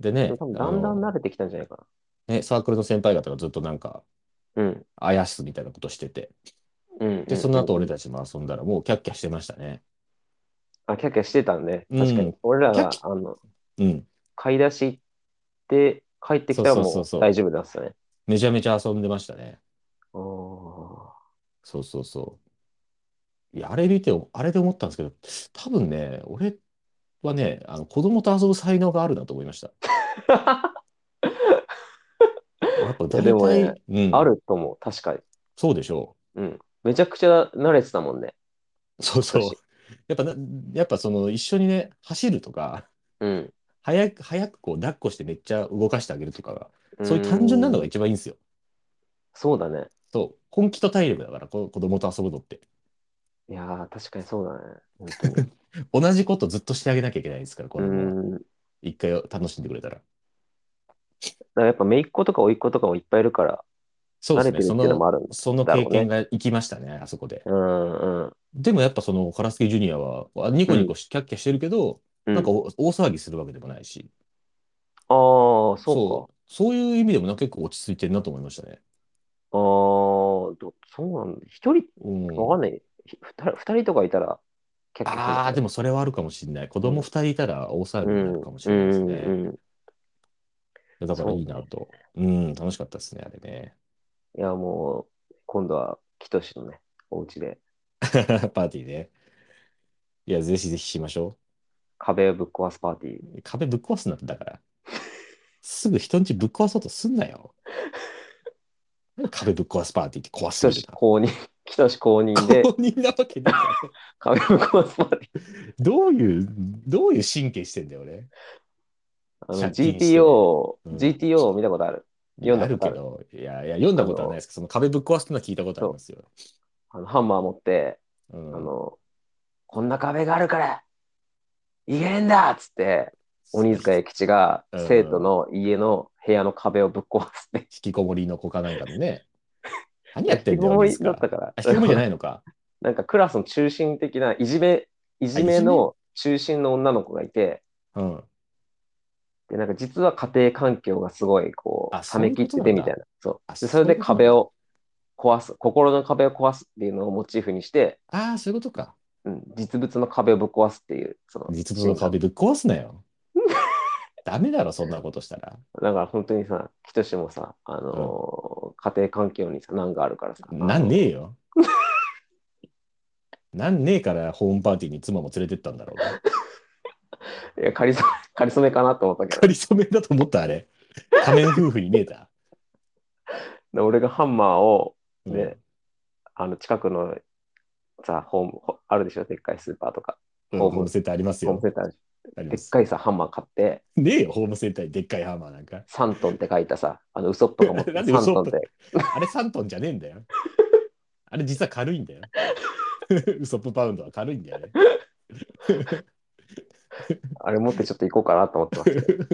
[SPEAKER 2] でね、
[SPEAKER 1] 多
[SPEAKER 2] あ
[SPEAKER 1] 分だんだん
[SPEAKER 2] の
[SPEAKER 1] 慣れてきたんじゃないか
[SPEAKER 2] ね、サークルの先輩方がずっとなんか、
[SPEAKER 1] な。うん。
[SPEAKER 2] あやすみたいなことしてて、
[SPEAKER 1] うん。
[SPEAKER 2] で、その後俺たちも遊んだらもうキャッキャしてましたね。
[SPEAKER 1] あ、キャッキャしてたんで、
[SPEAKER 2] うん
[SPEAKER 1] 確かに。俺ら
[SPEAKER 2] キャッ
[SPEAKER 1] が
[SPEAKER 2] キ、
[SPEAKER 1] あの、
[SPEAKER 2] うん。
[SPEAKER 1] 買い出し行って、帰ってきたらも
[SPEAKER 2] そうそうそう
[SPEAKER 1] う
[SPEAKER 2] そう
[SPEAKER 1] 大丈夫だったね。
[SPEAKER 2] めちゃめちゃ遊んでましたね。
[SPEAKER 1] あー
[SPEAKER 2] そうそうそう。いや、あれ見て、あれで思ったんですけど、多分ね、俺はね、あの子供と遊ぶ才能があるなと思いました。やっぱ 大
[SPEAKER 1] でもね
[SPEAKER 2] 体、うん、
[SPEAKER 1] あると思う、確かに。
[SPEAKER 2] そうでしょ
[SPEAKER 1] うん。めちゃくちゃ慣れてたもんね。
[SPEAKER 2] う。そうそう
[SPEAKER 1] 私。
[SPEAKER 2] やっぱな、やっぱその一緒にね、走るとか、
[SPEAKER 1] うん。
[SPEAKER 2] 早く、早くこう抱っこしてめっちゃ動かしてあげるとかが、そういう単純なのが一番いいんですよ。
[SPEAKER 1] そうだね。
[SPEAKER 2] そう。本気と体力だから、こ子供と遊ぶのって。
[SPEAKER 1] いやー、確かにそうだね。本当に
[SPEAKER 2] 同じことずっとしてあげなきゃいけないですから、子
[SPEAKER 1] う
[SPEAKER 2] 供は。
[SPEAKER 1] ん。だか
[SPEAKER 2] 一回楽しんでくれたら。
[SPEAKER 1] らやっぱ、姪っ子とか甥っ子とかもいっぱいいるから、
[SPEAKER 2] そう
[SPEAKER 1] 慣
[SPEAKER 2] です
[SPEAKER 1] れてるっ
[SPEAKER 2] ね。
[SPEAKER 1] てい
[SPEAKER 2] そう
[SPEAKER 1] の
[SPEAKER 2] の、
[SPEAKER 1] もあるんです。
[SPEAKER 2] その経験が生きましたね、あそこで。
[SPEAKER 1] うんうん。
[SPEAKER 2] でもやっぱその、カラスケジュニアは、あニコニコしキャッキャしてるけど、
[SPEAKER 1] うん
[SPEAKER 2] なんかお大騒ぎするわけでもないし、
[SPEAKER 1] ああ、そう
[SPEAKER 2] そう、そういう意味でもな結構落ち着いてるなと思いましたね。
[SPEAKER 1] か。ああー、どそうなんだ。一人、
[SPEAKER 2] うん、
[SPEAKER 1] わかんない。ひ二人二人とかいたら、結構そうだね。
[SPEAKER 2] ああ、でもそれはあるかもしれない。子供2人いたら大騒ぎになるかもしれないですね。
[SPEAKER 1] うんうんうん
[SPEAKER 2] だからいいなと。うん、楽しかったですね、あれね。
[SPEAKER 1] いや、もう、今度は、キトシのね、お家で、
[SPEAKER 2] パーティーね。いや、ぜひぜひしましょ
[SPEAKER 1] 壁をぶっ壊すパーティー。
[SPEAKER 2] う。壁ぶっ壊すなってだから。すぐ人んちぶっ壊そうとすん なよ。壁ぶっ壊すパーティーって壊
[SPEAKER 1] キ
[SPEAKER 2] す
[SPEAKER 1] ト
[SPEAKER 2] ぎる
[SPEAKER 1] シ
[SPEAKER 2] だろ。
[SPEAKER 1] 公認、 キトシ公認 で、
[SPEAKER 2] 公認なわけないから
[SPEAKER 1] 壁ぶっ壊すパーティー。
[SPEAKER 2] どういう、どういう神経してんだよ、俺。
[SPEAKER 1] あの
[SPEAKER 2] 借金して
[SPEAKER 1] GTO、
[SPEAKER 2] うん
[SPEAKER 1] GTO を見たことある。読んだ
[SPEAKER 2] ある
[SPEAKER 1] ことあ
[SPEAKER 2] け
[SPEAKER 1] る
[SPEAKER 2] ど、いやいや、読んだことはないですけど、その壁ぶっ壊すのは聞いたことありますよ。
[SPEAKER 1] あのハンマー持って、
[SPEAKER 2] うん
[SPEAKER 1] あの、こんな壁があるから、いけんだっつって、鬼塚
[SPEAKER 2] 引
[SPEAKER 1] 栄吉が
[SPEAKER 2] うん
[SPEAKER 1] 生徒の家の部屋の壁をぶっ壊すって。
[SPEAKER 2] きこもりの子かなんかでね。何やってんだよ、
[SPEAKER 1] 引
[SPEAKER 2] 鬼
[SPEAKER 1] きこもりだった
[SPEAKER 2] 塚。
[SPEAKER 1] から
[SPEAKER 2] あ、引きこもりじゃないのか。
[SPEAKER 1] なんかクラスの中心的ないじめ、いじめの中心の女の子がいて、
[SPEAKER 2] うん。
[SPEAKER 1] で、なんか実は家庭環境がすごい、こ
[SPEAKER 2] あ
[SPEAKER 1] う、冷め切っててみたいな。そ
[SPEAKER 2] あ
[SPEAKER 1] う。で、それで壁
[SPEAKER 2] を。
[SPEAKER 1] を壊す、心の壁を壊すっていうのをモチーフにして、
[SPEAKER 2] ああ、そういうことか。
[SPEAKER 1] うん、実物の壁をぶっ壊すっていう、その、
[SPEAKER 2] 実物の壁ぶっ壊すなよ。ダメだろ、そんなことしたら。
[SPEAKER 1] だから本当にさ、キトシもさ、あのー家庭環境にさ、難があるからさ。
[SPEAKER 2] なんねえよ。なんねえからホームパーティーに妻も連れてったんだろうな。
[SPEAKER 1] いや、かりそめ、 かりそめかなと思ったけ
[SPEAKER 2] かりそめだと思った、あれ。仮面夫婦に見えた。
[SPEAKER 1] ど、で俺がハンマーを、
[SPEAKER 2] うん
[SPEAKER 1] ねあの、近くの、さ、ホーム、ほあるでしょ、でっかいスーパーとか、
[SPEAKER 2] うん
[SPEAKER 1] ホ
[SPEAKER 2] ホ
[SPEAKER 1] ーム
[SPEAKER 2] ームセンターあります
[SPEAKER 1] ホーム
[SPEAKER 2] よ
[SPEAKER 1] セ。ンターで
[SPEAKER 2] あり
[SPEAKER 1] で
[SPEAKER 2] ま
[SPEAKER 1] っ
[SPEAKER 2] す。
[SPEAKER 1] かいさ、ハンマー買って、
[SPEAKER 2] ねえよ、ホームセンターにでっかいハンマーなんか。
[SPEAKER 1] 3トンって書いたさ、あの、ウソップが持って
[SPEAKER 2] なんでウ
[SPEAKER 1] 3
[SPEAKER 2] ソ
[SPEAKER 1] ト
[SPEAKER 2] ッ
[SPEAKER 1] ン
[SPEAKER 2] プ
[SPEAKER 1] って、
[SPEAKER 2] あれ3トンじゃねえんだよ。あれ実は軽いんだよ。 ウソップパウンドは軽いんだよね。
[SPEAKER 1] あれ持ってちょっと行こうかなと思ってます。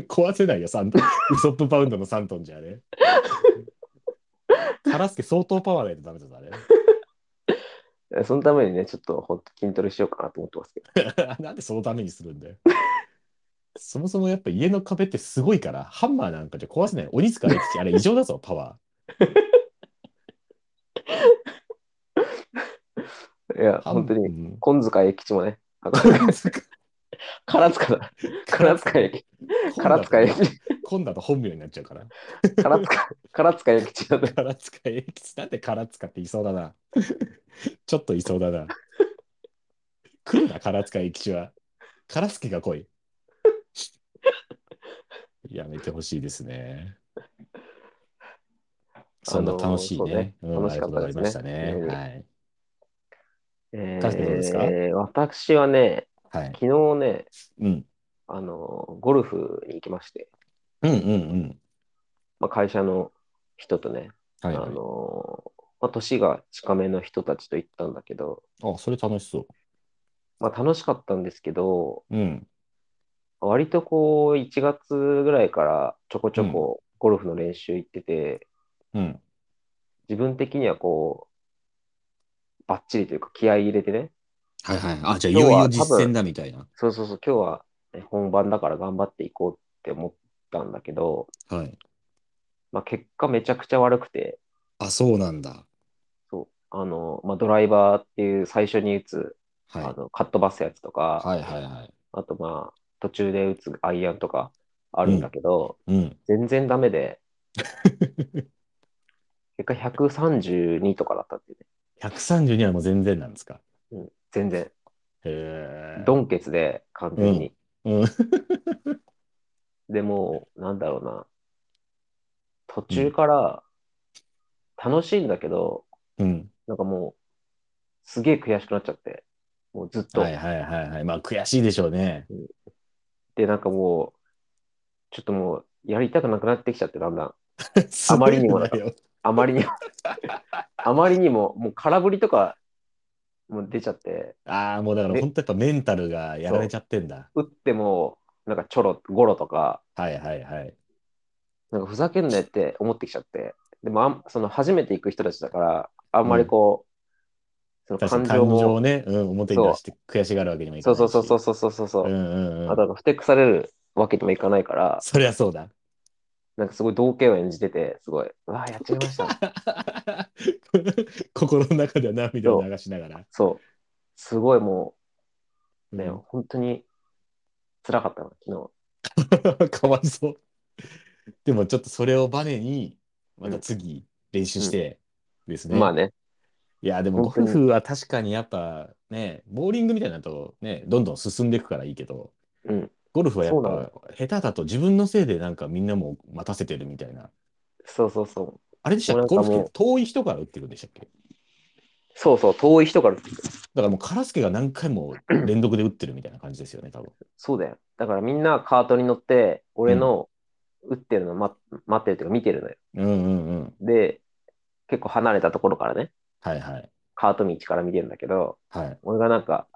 [SPEAKER 2] 壊せないよ、3トン。ウソップパウンドの3トンじゃね。カラスケ相当パワーないとダメだぞ、あれ。
[SPEAKER 1] えそのためにね、ちょっと本当筋トレしようかなと思ってますけど。
[SPEAKER 2] なんでそのためにするんだよ。そもそもやっぱ家の壁ってすごいから、ハンマーなんかじゃ壊せない。鬼塚歴史、あれ異常だぞ、パワ
[SPEAKER 1] いや、
[SPEAKER 2] ー。
[SPEAKER 1] 本当に、
[SPEAKER 2] に。
[SPEAKER 1] 金塚栄吉もね、あこれ
[SPEAKER 2] 金塚
[SPEAKER 1] 唐塚だ。唐塚栄吉。 唐塚栄吉。
[SPEAKER 2] 今度だと本名になっちゃうから。
[SPEAKER 1] 唐塚、唐塚栄吉だね。
[SPEAKER 2] 唐塚英吉。なんで唐塚っていそうだな。ちょっといそうだな。来るな、唐塚英吉は。唐助が来い。 やめてほしいですね。そんな楽しいね。
[SPEAKER 1] あのー
[SPEAKER 2] うん
[SPEAKER 1] そうね楽しかったですね
[SPEAKER 2] ありがとうございましたね。
[SPEAKER 1] うん
[SPEAKER 2] はい。
[SPEAKER 1] え
[SPEAKER 2] カズ君どうですか
[SPEAKER 1] ー、私はね、
[SPEAKER 2] はい。
[SPEAKER 1] 昨日ね、
[SPEAKER 2] うん。
[SPEAKER 1] あの、ゴルフに行きまして、
[SPEAKER 2] うんうんうん。
[SPEAKER 1] まあ、会社の人とね、
[SPEAKER 2] はい、
[SPEAKER 1] あ
[SPEAKER 2] はい。
[SPEAKER 1] の、まあ、年が近めの人たちと行ったんだけど、
[SPEAKER 2] あ、それ楽しそ
[SPEAKER 1] まあ、楽しかったんですけど、
[SPEAKER 2] う。うん。
[SPEAKER 1] 割とこう、1月ぐらいからちょこちょこゴルフの練習行ってて、
[SPEAKER 2] うん。
[SPEAKER 1] 自分的にはこう、バッチリというか気合い入れてね、
[SPEAKER 2] はいはい。あ、じゃあ、い
[SPEAKER 1] 今日
[SPEAKER 2] よい
[SPEAKER 1] は
[SPEAKER 2] よ実践だみたいな。
[SPEAKER 1] そうそうそう、今日はね、本番だから頑張っていこうって思ったんだけど、
[SPEAKER 2] はい。
[SPEAKER 1] まあ、結果めちゃくちゃ悪くて、
[SPEAKER 2] あ、そうなんだ。
[SPEAKER 1] そうあのまあ、ドライバーっていう最初に打つ、
[SPEAKER 2] はい。
[SPEAKER 1] あのカットバスやつとか、
[SPEAKER 2] はいはいはい。
[SPEAKER 1] あとまあ途中で打つアイアンとかあるんだけど、
[SPEAKER 2] うん。
[SPEAKER 1] 全然ダメ で、結果132とかだったっていう
[SPEAKER 2] 132はもう全然なんですか。
[SPEAKER 1] ね、うん、全然、
[SPEAKER 2] へえ。
[SPEAKER 1] ドンケツで完全に。
[SPEAKER 2] うん。
[SPEAKER 1] でもう、なんだろうな。途中から、楽しいんだけど、
[SPEAKER 2] うん。
[SPEAKER 1] なんかもう、すげえ悔しくなっちゃって、もうずっと。
[SPEAKER 2] はいはいはいはい。まあ、悔しいでしょうね。
[SPEAKER 1] で、なんかも う、ちょっともう、やりたくなくなってきちゃって、だんだん。あまりにも
[SPEAKER 2] な
[SPEAKER 1] だ
[SPEAKER 2] よ。
[SPEAKER 1] あまりにも、あまりにも、もう空振りとかも出ちゃって、
[SPEAKER 2] ああ、もうだから
[SPEAKER 1] え
[SPEAKER 2] 本当やっぱメンタルがやられちゃってんだ。
[SPEAKER 1] 打っても、なんかちょろ、ゴロとか、
[SPEAKER 2] はいはいはい。
[SPEAKER 1] なんかふざけんなよって思ってきちゃって、でもあん、その初めて行く人たちだから、あんまりこう、そ
[SPEAKER 2] 確か
[SPEAKER 1] の
[SPEAKER 2] に
[SPEAKER 1] 感情
[SPEAKER 2] 感情
[SPEAKER 1] も
[SPEAKER 2] を、ね、うん、表に出して悔しがるわけにもいか
[SPEAKER 1] そ
[SPEAKER 2] な
[SPEAKER 1] う
[SPEAKER 2] いし。
[SPEAKER 1] そうそうそううそうそうそう、
[SPEAKER 2] う
[SPEAKER 1] うん
[SPEAKER 2] うんうん。
[SPEAKER 1] あとなんかふてくされるわけにもいかないから、
[SPEAKER 2] そりゃそうだ。
[SPEAKER 1] なんかすごい同型を演じてて、すごい、うわあ、やっちゃいま した。
[SPEAKER 2] 心の中では涙を流しながら。
[SPEAKER 1] そう、すごいもう、ね、
[SPEAKER 2] うん
[SPEAKER 1] 本当に辛かったの、昨日。
[SPEAKER 2] かわいそう。でもちょっとそれをバネに、また次練習してですね。
[SPEAKER 1] まあね、
[SPEAKER 2] いや、でもゴ
[SPEAKER 1] 本当に
[SPEAKER 2] ルフは確かにやっぱね、ボーリングみたいなとね、どんどん進んでいくからいいけど、
[SPEAKER 1] うん、
[SPEAKER 2] ゴルフはやっ
[SPEAKER 1] そうな
[SPEAKER 2] ぱ下手だと自分のせいでなんかみんなも待たせてるみたいな。
[SPEAKER 1] そうそうそう、
[SPEAKER 2] あれでしたっけ
[SPEAKER 1] もうな
[SPEAKER 2] ゴ
[SPEAKER 1] ん
[SPEAKER 2] ル
[SPEAKER 1] か
[SPEAKER 2] フっ
[SPEAKER 1] もう
[SPEAKER 2] て遠い人から打ってるんでしたっけ
[SPEAKER 1] そうそう、遠い人から、
[SPEAKER 2] だからもうカラスケが何回も連続で打ってるみたいな感じですよね、多分。
[SPEAKER 1] そうだよ。だからみんなカートに乗って、俺の打ってるのを待待ってるというか見てるのよ。
[SPEAKER 2] うんうんうん。
[SPEAKER 1] で、結構離れたところからね、
[SPEAKER 2] はいはい。
[SPEAKER 1] カート道から見てるんだけど、
[SPEAKER 2] はい。
[SPEAKER 1] 俺がなんか、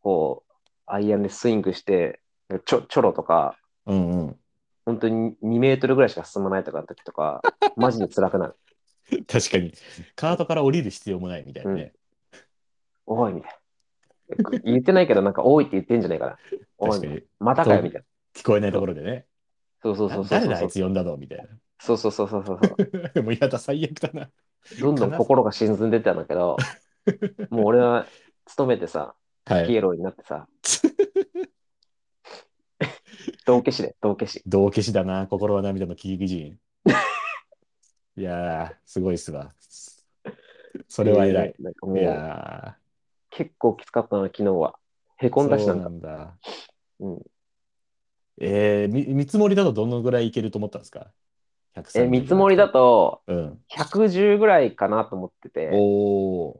[SPEAKER 1] こう、アイアンでスイングして、ちょちょろとか、
[SPEAKER 2] うんうん。
[SPEAKER 1] 本当に2メートルぐらいしか進まないとかの時とか、 マジで辛くなる。
[SPEAKER 2] 確かに。カートから降りる必要もないみたいなね。
[SPEAKER 1] おいみたいな。言ってないけど、なんか、おいって言ってんじゃないかな。おい
[SPEAKER 2] 確か、に。
[SPEAKER 1] またかよみたいな。
[SPEAKER 2] 聞こえないところでね。
[SPEAKER 1] そうそうそうそう
[SPEAKER 2] 誰だあ
[SPEAKER 1] そ。
[SPEAKER 2] いうつ呼んだのみたいな。
[SPEAKER 1] そうそうそうそうそう。
[SPEAKER 2] もうやだ、最悪だな。
[SPEAKER 1] どんどん心が沈んでったんだけ ど、もう俺は勤めてさ、
[SPEAKER 2] は
[SPEAKER 1] ピ
[SPEAKER 2] い。
[SPEAKER 1] エロになって さ、道化師で、道化師。
[SPEAKER 2] 道消しだな、心は涙の喜劇人。いやー、すごいっすわ。そ
[SPEAKER 1] そ
[SPEAKER 2] れは偉い。。
[SPEAKER 1] なんか
[SPEAKER 2] い
[SPEAKER 1] もう
[SPEAKER 2] や
[SPEAKER 1] 結構きつかったな、昨日は。へ
[SPEAKER 2] ー、
[SPEAKER 1] こんだし
[SPEAKER 2] そ
[SPEAKER 1] な
[SPEAKER 2] うんな
[SPEAKER 1] か。
[SPEAKER 2] んだ。
[SPEAKER 1] うん
[SPEAKER 2] えー、み見積もりだとどのぐらいいけると思ったんですか
[SPEAKER 1] え、見積もりだ。と
[SPEAKER 2] 130うん。
[SPEAKER 1] 110ぐらいかなと思ってて、
[SPEAKER 2] おー。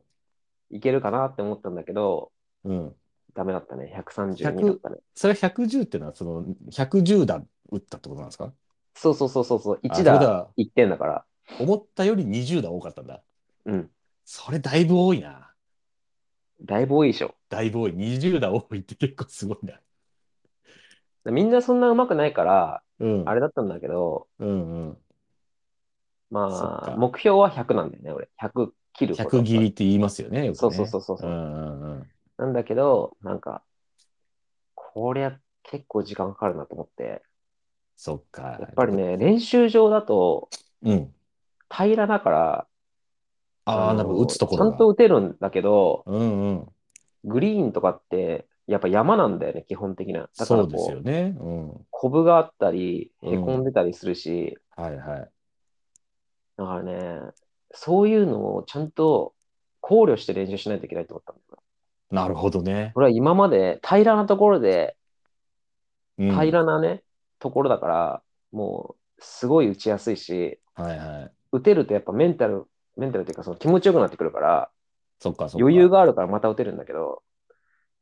[SPEAKER 1] いけるかなって思ったんだけど、
[SPEAKER 2] うん。
[SPEAKER 1] ダメだったね。
[SPEAKER 2] 100
[SPEAKER 1] 132だったね。
[SPEAKER 2] それは110ってのは、その、110打打ったってことなんですか
[SPEAKER 1] そうそうそうそうそう、
[SPEAKER 2] あ
[SPEAKER 1] 1
[SPEAKER 2] それ
[SPEAKER 1] 打
[SPEAKER 2] だ
[SPEAKER 1] 1点だから。
[SPEAKER 2] 思ったより20打多かったんだ。
[SPEAKER 1] うん。
[SPEAKER 2] それだいぶ多いな。
[SPEAKER 1] だいぶ多いでしょ。
[SPEAKER 2] だいぶ多い。20打多いって結構すごいな。
[SPEAKER 1] みんなそんな上手くないから、
[SPEAKER 2] うん。
[SPEAKER 1] あれだったんだけど、
[SPEAKER 2] うんうん。そっ
[SPEAKER 1] ま
[SPEAKER 2] か
[SPEAKER 1] あ、目標は100なんだよね、俺。100切ること。
[SPEAKER 2] 100切りって言いますよね。よくね
[SPEAKER 1] そうそうそうそうそう
[SPEAKER 2] うんうんうん。
[SPEAKER 1] なんだけど、なんか、こりゃ結構時間かかるなと思って。
[SPEAKER 2] そっか。
[SPEAKER 1] やっぱり。ね、練習場だと
[SPEAKER 2] うん。
[SPEAKER 1] 平らだから、
[SPEAKER 2] ああ、
[SPEAKER 1] の
[SPEAKER 2] なんか打つところ
[SPEAKER 1] ち
[SPEAKER 2] が。
[SPEAKER 1] ゃんと打てるんだけど、
[SPEAKER 2] うんうん。
[SPEAKER 1] グリーンとかって、やっぱ山なんだよね、基本的な。だから
[SPEAKER 2] そうです
[SPEAKER 1] こ
[SPEAKER 2] よ
[SPEAKER 1] う、
[SPEAKER 2] ね。うん。
[SPEAKER 1] コブがあったり、
[SPEAKER 2] うん
[SPEAKER 1] へこんでたりするし、
[SPEAKER 2] はいはい。
[SPEAKER 1] だからね、そういうのをちゃんと考慮して練習しないといけないと思ったんだよ。
[SPEAKER 2] なるほどね。
[SPEAKER 1] 俺は今まで平らなところで、
[SPEAKER 2] うん
[SPEAKER 1] 平らなね、ところだから、もう、すごい打ちやすいし、
[SPEAKER 2] はいはい。
[SPEAKER 1] 打てるとやっぱメンタル、メンタルっていうかその気持ちよくなってくるから、
[SPEAKER 2] そっかそっか。
[SPEAKER 1] 余裕。があるからまた打てるんだけど、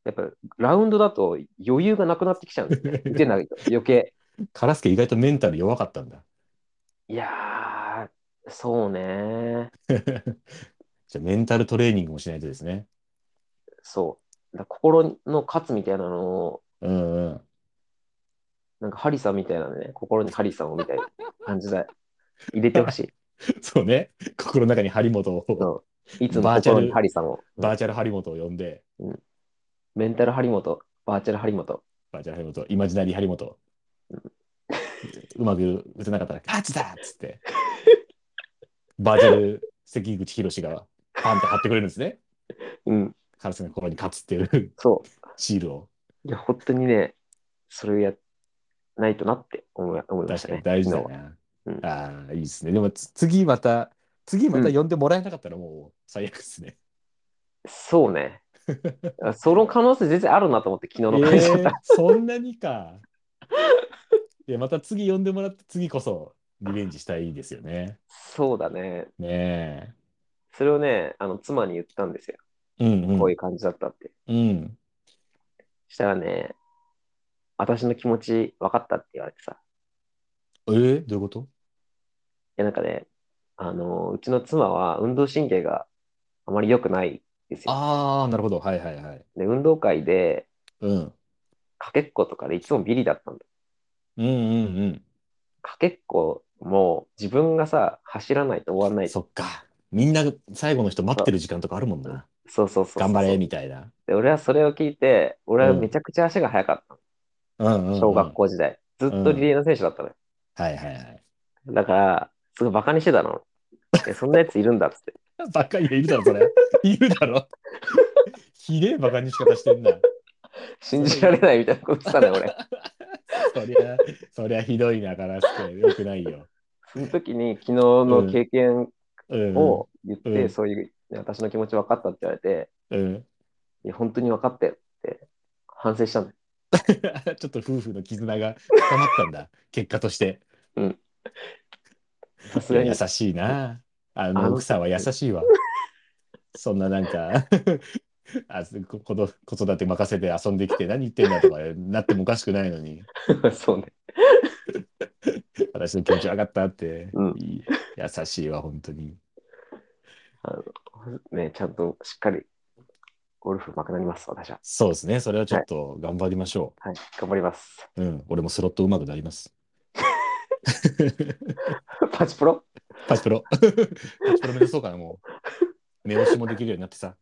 [SPEAKER 1] やっぱラウンドだと余裕がなくなってきちゃうん だよね。打てないと余計。
[SPEAKER 2] カラスケ意外とメンタル弱かったんだ。
[SPEAKER 1] いやー、そうね。
[SPEAKER 2] じゃあメンタルトレーニングもしないとですね。
[SPEAKER 1] そう。だ心の喝みたいなのを、
[SPEAKER 2] うんうん。
[SPEAKER 1] なんかハリさんみたいなね、心にハリさんをみたいな感じ で入れてほし
[SPEAKER 2] そうね。心の中に張本を、
[SPEAKER 1] い。いつも
[SPEAKER 2] バーチャル
[SPEAKER 1] 心にハリさんを。
[SPEAKER 2] バーチャル張本を呼んで、
[SPEAKER 1] メンタル張本、バーチャル張本。
[SPEAKER 2] バーチャル張本、イマジナリー張本。うまく打てなかったら、ガチだっつって。バーチャル関口宏がパンって貼ってくれるんですね。
[SPEAKER 1] うん、
[SPEAKER 2] カラスの心に勝つっていう
[SPEAKER 1] そ
[SPEAKER 2] シールを。
[SPEAKER 1] う。いや、本当にね、それをやないとなって思い思いまし
[SPEAKER 2] 確
[SPEAKER 1] た
[SPEAKER 2] かに
[SPEAKER 1] ね。
[SPEAKER 2] 大事だ
[SPEAKER 1] 昨日は
[SPEAKER 2] な。
[SPEAKER 1] うん
[SPEAKER 2] ああ、いいですね。でもつ次また、次また呼んでもらえなかったらもう最悪ですね。
[SPEAKER 1] そう ね。その可能性全然あるなと思って、昨日の会社
[SPEAKER 2] えーそんなにか。いや、また次呼んでもらって、次こそリベンジしたいですよね。
[SPEAKER 1] そうだね。
[SPEAKER 2] ね
[SPEAKER 1] それをね、あの妻に言ったんですよ。
[SPEAKER 2] え。うんうん。
[SPEAKER 1] こういう感じだったって。
[SPEAKER 2] うん。
[SPEAKER 1] したらね、私の気持ち分かったって言われてさ。
[SPEAKER 2] えー、どういうこと
[SPEAKER 1] いや、なんかね、あの、うちの妻は運動神経があまり良くないんですよ。
[SPEAKER 2] ああ、なるほど。はいはいはい。
[SPEAKER 1] で、運動会で、
[SPEAKER 2] うん。
[SPEAKER 1] かけっことかでいつもビリだったんだ。
[SPEAKER 2] うんうん
[SPEAKER 1] かけっこも自分がさ、走らないと終わん
[SPEAKER 2] う。
[SPEAKER 1] なんい。
[SPEAKER 2] そっか。みんな最後の人待ってる時間とかあるもんな。
[SPEAKER 1] そうそうそう。
[SPEAKER 2] 頑張れみたいな。
[SPEAKER 1] で、俺はそれを聞いて、俺は
[SPEAKER 2] うん
[SPEAKER 1] めちゃくちゃ足が速かった
[SPEAKER 2] うんうんう
[SPEAKER 1] の。
[SPEAKER 2] ん。
[SPEAKER 1] 小学校時代。ずっとリレーの選手だったのよ。
[SPEAKER 2] はいはいはい。
[SPEAKER 1] だから、すごいバカにしてた の。えそんなやついるんだっつって。
[SPEAKER 2] バカにいるだろ、 それ。いるだろ。 ひでえバカにし方してんな。
[SPEAKER 1] 信じられないみたいなことしたのよ、俺。
[SPEAKER 2] そりゃ、そりゃひどいな、カラスケ。よくないよ。
[SPEAKER 1] その時に昨日の経験
[SPEAKER 2] うん。
[SPEAKER 1] を言って、
[SPEAKER 2] うん
[SPEAKER 1] そういう私の気持ち分かったって言われて、
[SPEAKER 2] うん。
[SPEAKER 1] いや本当に分かったよって反省したんだよ。
[SPEAKER 2] ちょっと夫婦の絆が深まったんだ。結果として。
[SPEAKER 1] さす
[SPEAKER 2] い
[SPEAKER 1] が
[SPEAKER 2] や
[SPEAKER 1] に
[SPEAKER 2] 優。しいな。あ
[SPEAKER 1] あ
[SPEAKER 2] の
[SPEAKER 1] の
[SPEAKER 2] 奥さんは優しいわ。そんななんか あここの子育て任せて遊んできて何言ってんだとかなってもおかしくないのに
[SPEAKER 1] そうね。
[SPEAKER 2] 私の気持ち上がったって、
[SPEAKER 1] うん
[SPEAKER 2] いい優しいわ本当に
[SPEAKER 1] ね、ちゃんとしっかりゴルフ上手くなります、私は。
[SPEAKER 2] そうですねそれはちょっと頑張りましょ
[SPEAKER 1] はい、頑張ります。
[SPEAKER 2] う、うん俺もスロット上手くなります
[SPEAKER 1] パチプロ
[SPEAKER 2] パチ プロパチプロ目指そうかなもう目押しもできるようになっ てさ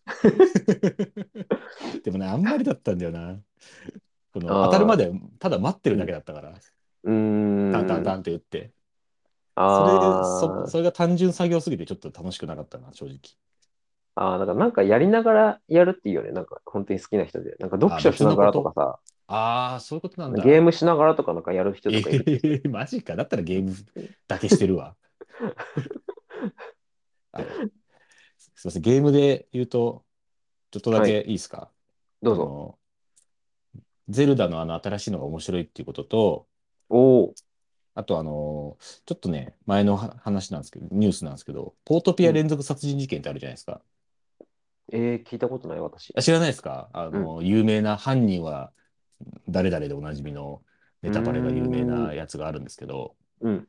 [SPEAKER 2] でもねあんまりだったんだよなこの
[SPEAKER 1] あー
[SPEAKER 2] 当たるまでただ待ってるだけだったから、
[SPEAKER 1] うーん。
[SPEAKER 2] タンタンタンって打ってそれ
[SPEAKER 1] あ
[SPEAKER 2] そ
[SPEAKER 1] ー
[SPEAKER 2] それが単純作業すぎてちょっと楽しくなかったな正直
[SPEAKER 1] あー、なんか、なんかやりながらやるっていうよね。なんか、本当に好きな人で。なんか、読書しながらとかさ、
[SPEAKER 2] ああそういうことなんだ
[SPEAKER 1] ゲームしながらとかなんかやる人とかいる。
[SPEAKER 2] えーマジかだったらゲームだけして るわあすいませんゲームで言うとちょっとだけいいですか、
[SPEAKER 1] どうぞ。
[SPEAKER 2] ぞゼルダのあの新しいのが面白いっていうことと
[SPEAKER 1] おお。
[SPEAKER 2] あとあのちょっとね前のは話なんですけどニュースなんですけどポートピア連続殺人事件ってあるじゃないですか、
[SPEAKER 1] えー、聞いたことない、私。
[SPEAKER 2] あ知らないですかあの、有名な犯人は誰々でおなじみのネタバレが有名なやつがあるんですけど、
[SPEAKER 1] うん。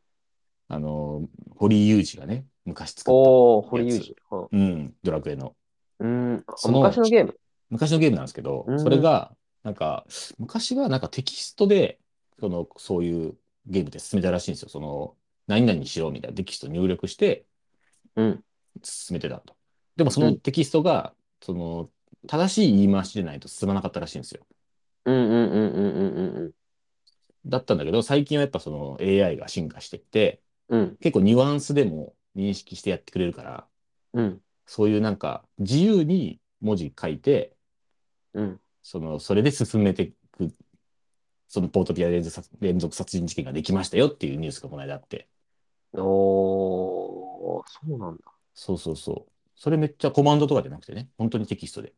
[SPEAKER 2] あの、堀井雄二がね、昔作っ
[SPEAKER 1] おお、堀裕二。うん
[SPEAKER 2] た、うん、ドラクエの。
[SPEAKER 1] うん。あ
[SPEAKER 2] その
[SPEAKER 1] 昔のゲーム。
[SPEAKER 2] 昔のゲームなんですけど
[SPEAKER 1] う、ん
[SPEAKER 2] それが、なんか、昔はなんかテキストで、その、そういうゲームで進めたらしいんですよ。その、何々しろみたいなテキスト入力して
[SPEAKER 1] うん。
[SPEAKER 2] 進めてたと。でもそのテキストが、その、正しい言い回しでないと進まなかったらしいんですよ。
[SPEAKER 1] うんうんうんうんうんうん
[SPEAKER 2] だったんだけど、最近はやっぱその AI が進化してって、
[SPEAKER 1] うん。うん。
[SPEAKER 2] 結構ニュアンスでも認識してやってくれるから、
[SPEAKER 1] うん。
[SPEAKER 2] そういうなんか自由に文字書いて、
[SPEAKER 1] うん。
[SPEAKER 2] その、それで進めていく、そのポートピア連続殺連続殺人事件ができましたよっていうニュースがこの間あって。
[SPEAKER 1] おー、そうなんだ。
[SPEAKER 2] そうそうそう。それめっちゃコマンドとかじゃなくてね、本当にテキストで。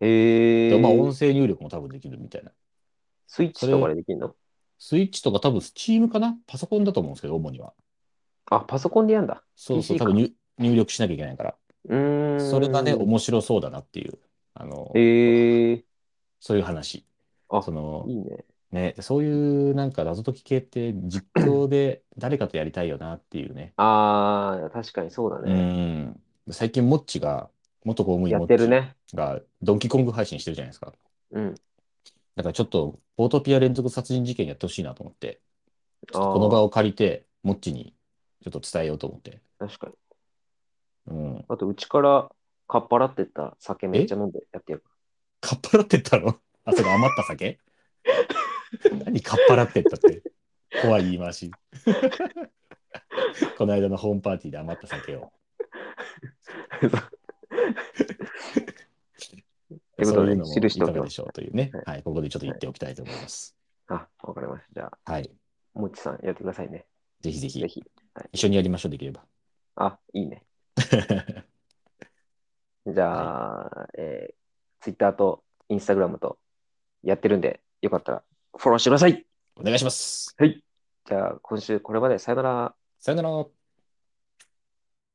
[SPEAKER 1] え
[SPEAKER 2] でまあ音
[SPEAKER 1] ー、
[SPEAKER 2] 声入力も多分できるみたいな。
[SPEAKER 1] スイッチとかでできるの
[SPEAKER 2] スイッチとか多分スチームかなパソコンだと思うんですけど、主には。
[SPEAKER 1] あ、パソコンでやんだ。
[SPEAKER 2] そうそう、
[SPEAKER 1] PC か
[SPEAKER 2] 多分入入力しなきゃいけないから。
[SPEAKER 1] うーん。
[SPEAKER 2] それがね、面白そうだなっていう、あの、
[SPEAKER 1] えー、
[SPEAKER 2] そういう話。
[SPEAKER 1] あ
[SPEAKER 2] その
[SPEAKER 1] いいね。
[SPEAKER 2] ね、そういうなんか謎解き系って実況で誰かとやりたいよなっていうね。
[SPEAKER 1] あー、確かにそうだ
[SPEAKER 2] う
[SPEAKER 1] ね。
[SPEAKER 2] ん。最近、モッチが、元公務員
[SPEAKER 1] や
[SPEAKER 2] モ
[SPEAKER 1] っ
[SPEAKER 2] ッ
[SPEAKER 1] てる
[SPEAKER 2] チ
[SPEAKER 1] ね。
[SPEAKER 2] がドンキーコング配信してるじゃないですか。
[SPEAKER 1] うん。
[SPEAKER 2] だからちょっと、ポートピア連続殺人事件やってほしいなと思って、ちょっ
[SPEAKER 1] あ
[SPEAKER 2] と
[SPEAKER 1] ー
[SPEAKER 2] この場を借りて、モッチにちょっと伝えようと思って。
[SPEAKER 1] 確かに。
[SPEAKER 2] うん。
[SPEAKER 1] あと、うちからかっぱらってった酒めっちゃ飲んでやってやる。
[SPEAKER 2] かっぱらってったの あ、それ余った酒 何かっぱらってったって。怖い言い回し。 この間のホームパーティーで余った酒を。
[SPEAKER 1] ということで
[SPEAKER 2] そういうのもい
[SPEAKER 1] 記してお
[SPEAKER 2] か
[SPEAKER 1] き
[SPEAKER 2] が
[SPEAKER 1] ま
[SPEAKER 2] でしょうというね
[SPEAKER 1] は。
[SPEAKER 2] はい、ここでちょっと言っておきたいと思います。
[SPEAKER 1] あ、わかりました。じゃあ、
[SPEAKER 2] はい。
[SPEAKER 1] もっちさんやってくださいね。
[SPEAKER 2] ぜひぜひ
[SPEAKER 1] ぜ、ひ。
[SPEAKER 2] 一緒にやりましょう、できれば。
[SPEAKER 1] あ、いいね。じゃあ、えー、Twitter と Instagram とやってるんで、よかったらフォローしてください。
[SPEAKER 2] お願いします。
[SPEAKER 1] じゃあ、今週これまでさよなら。
[SPEAKER 2] さよなら。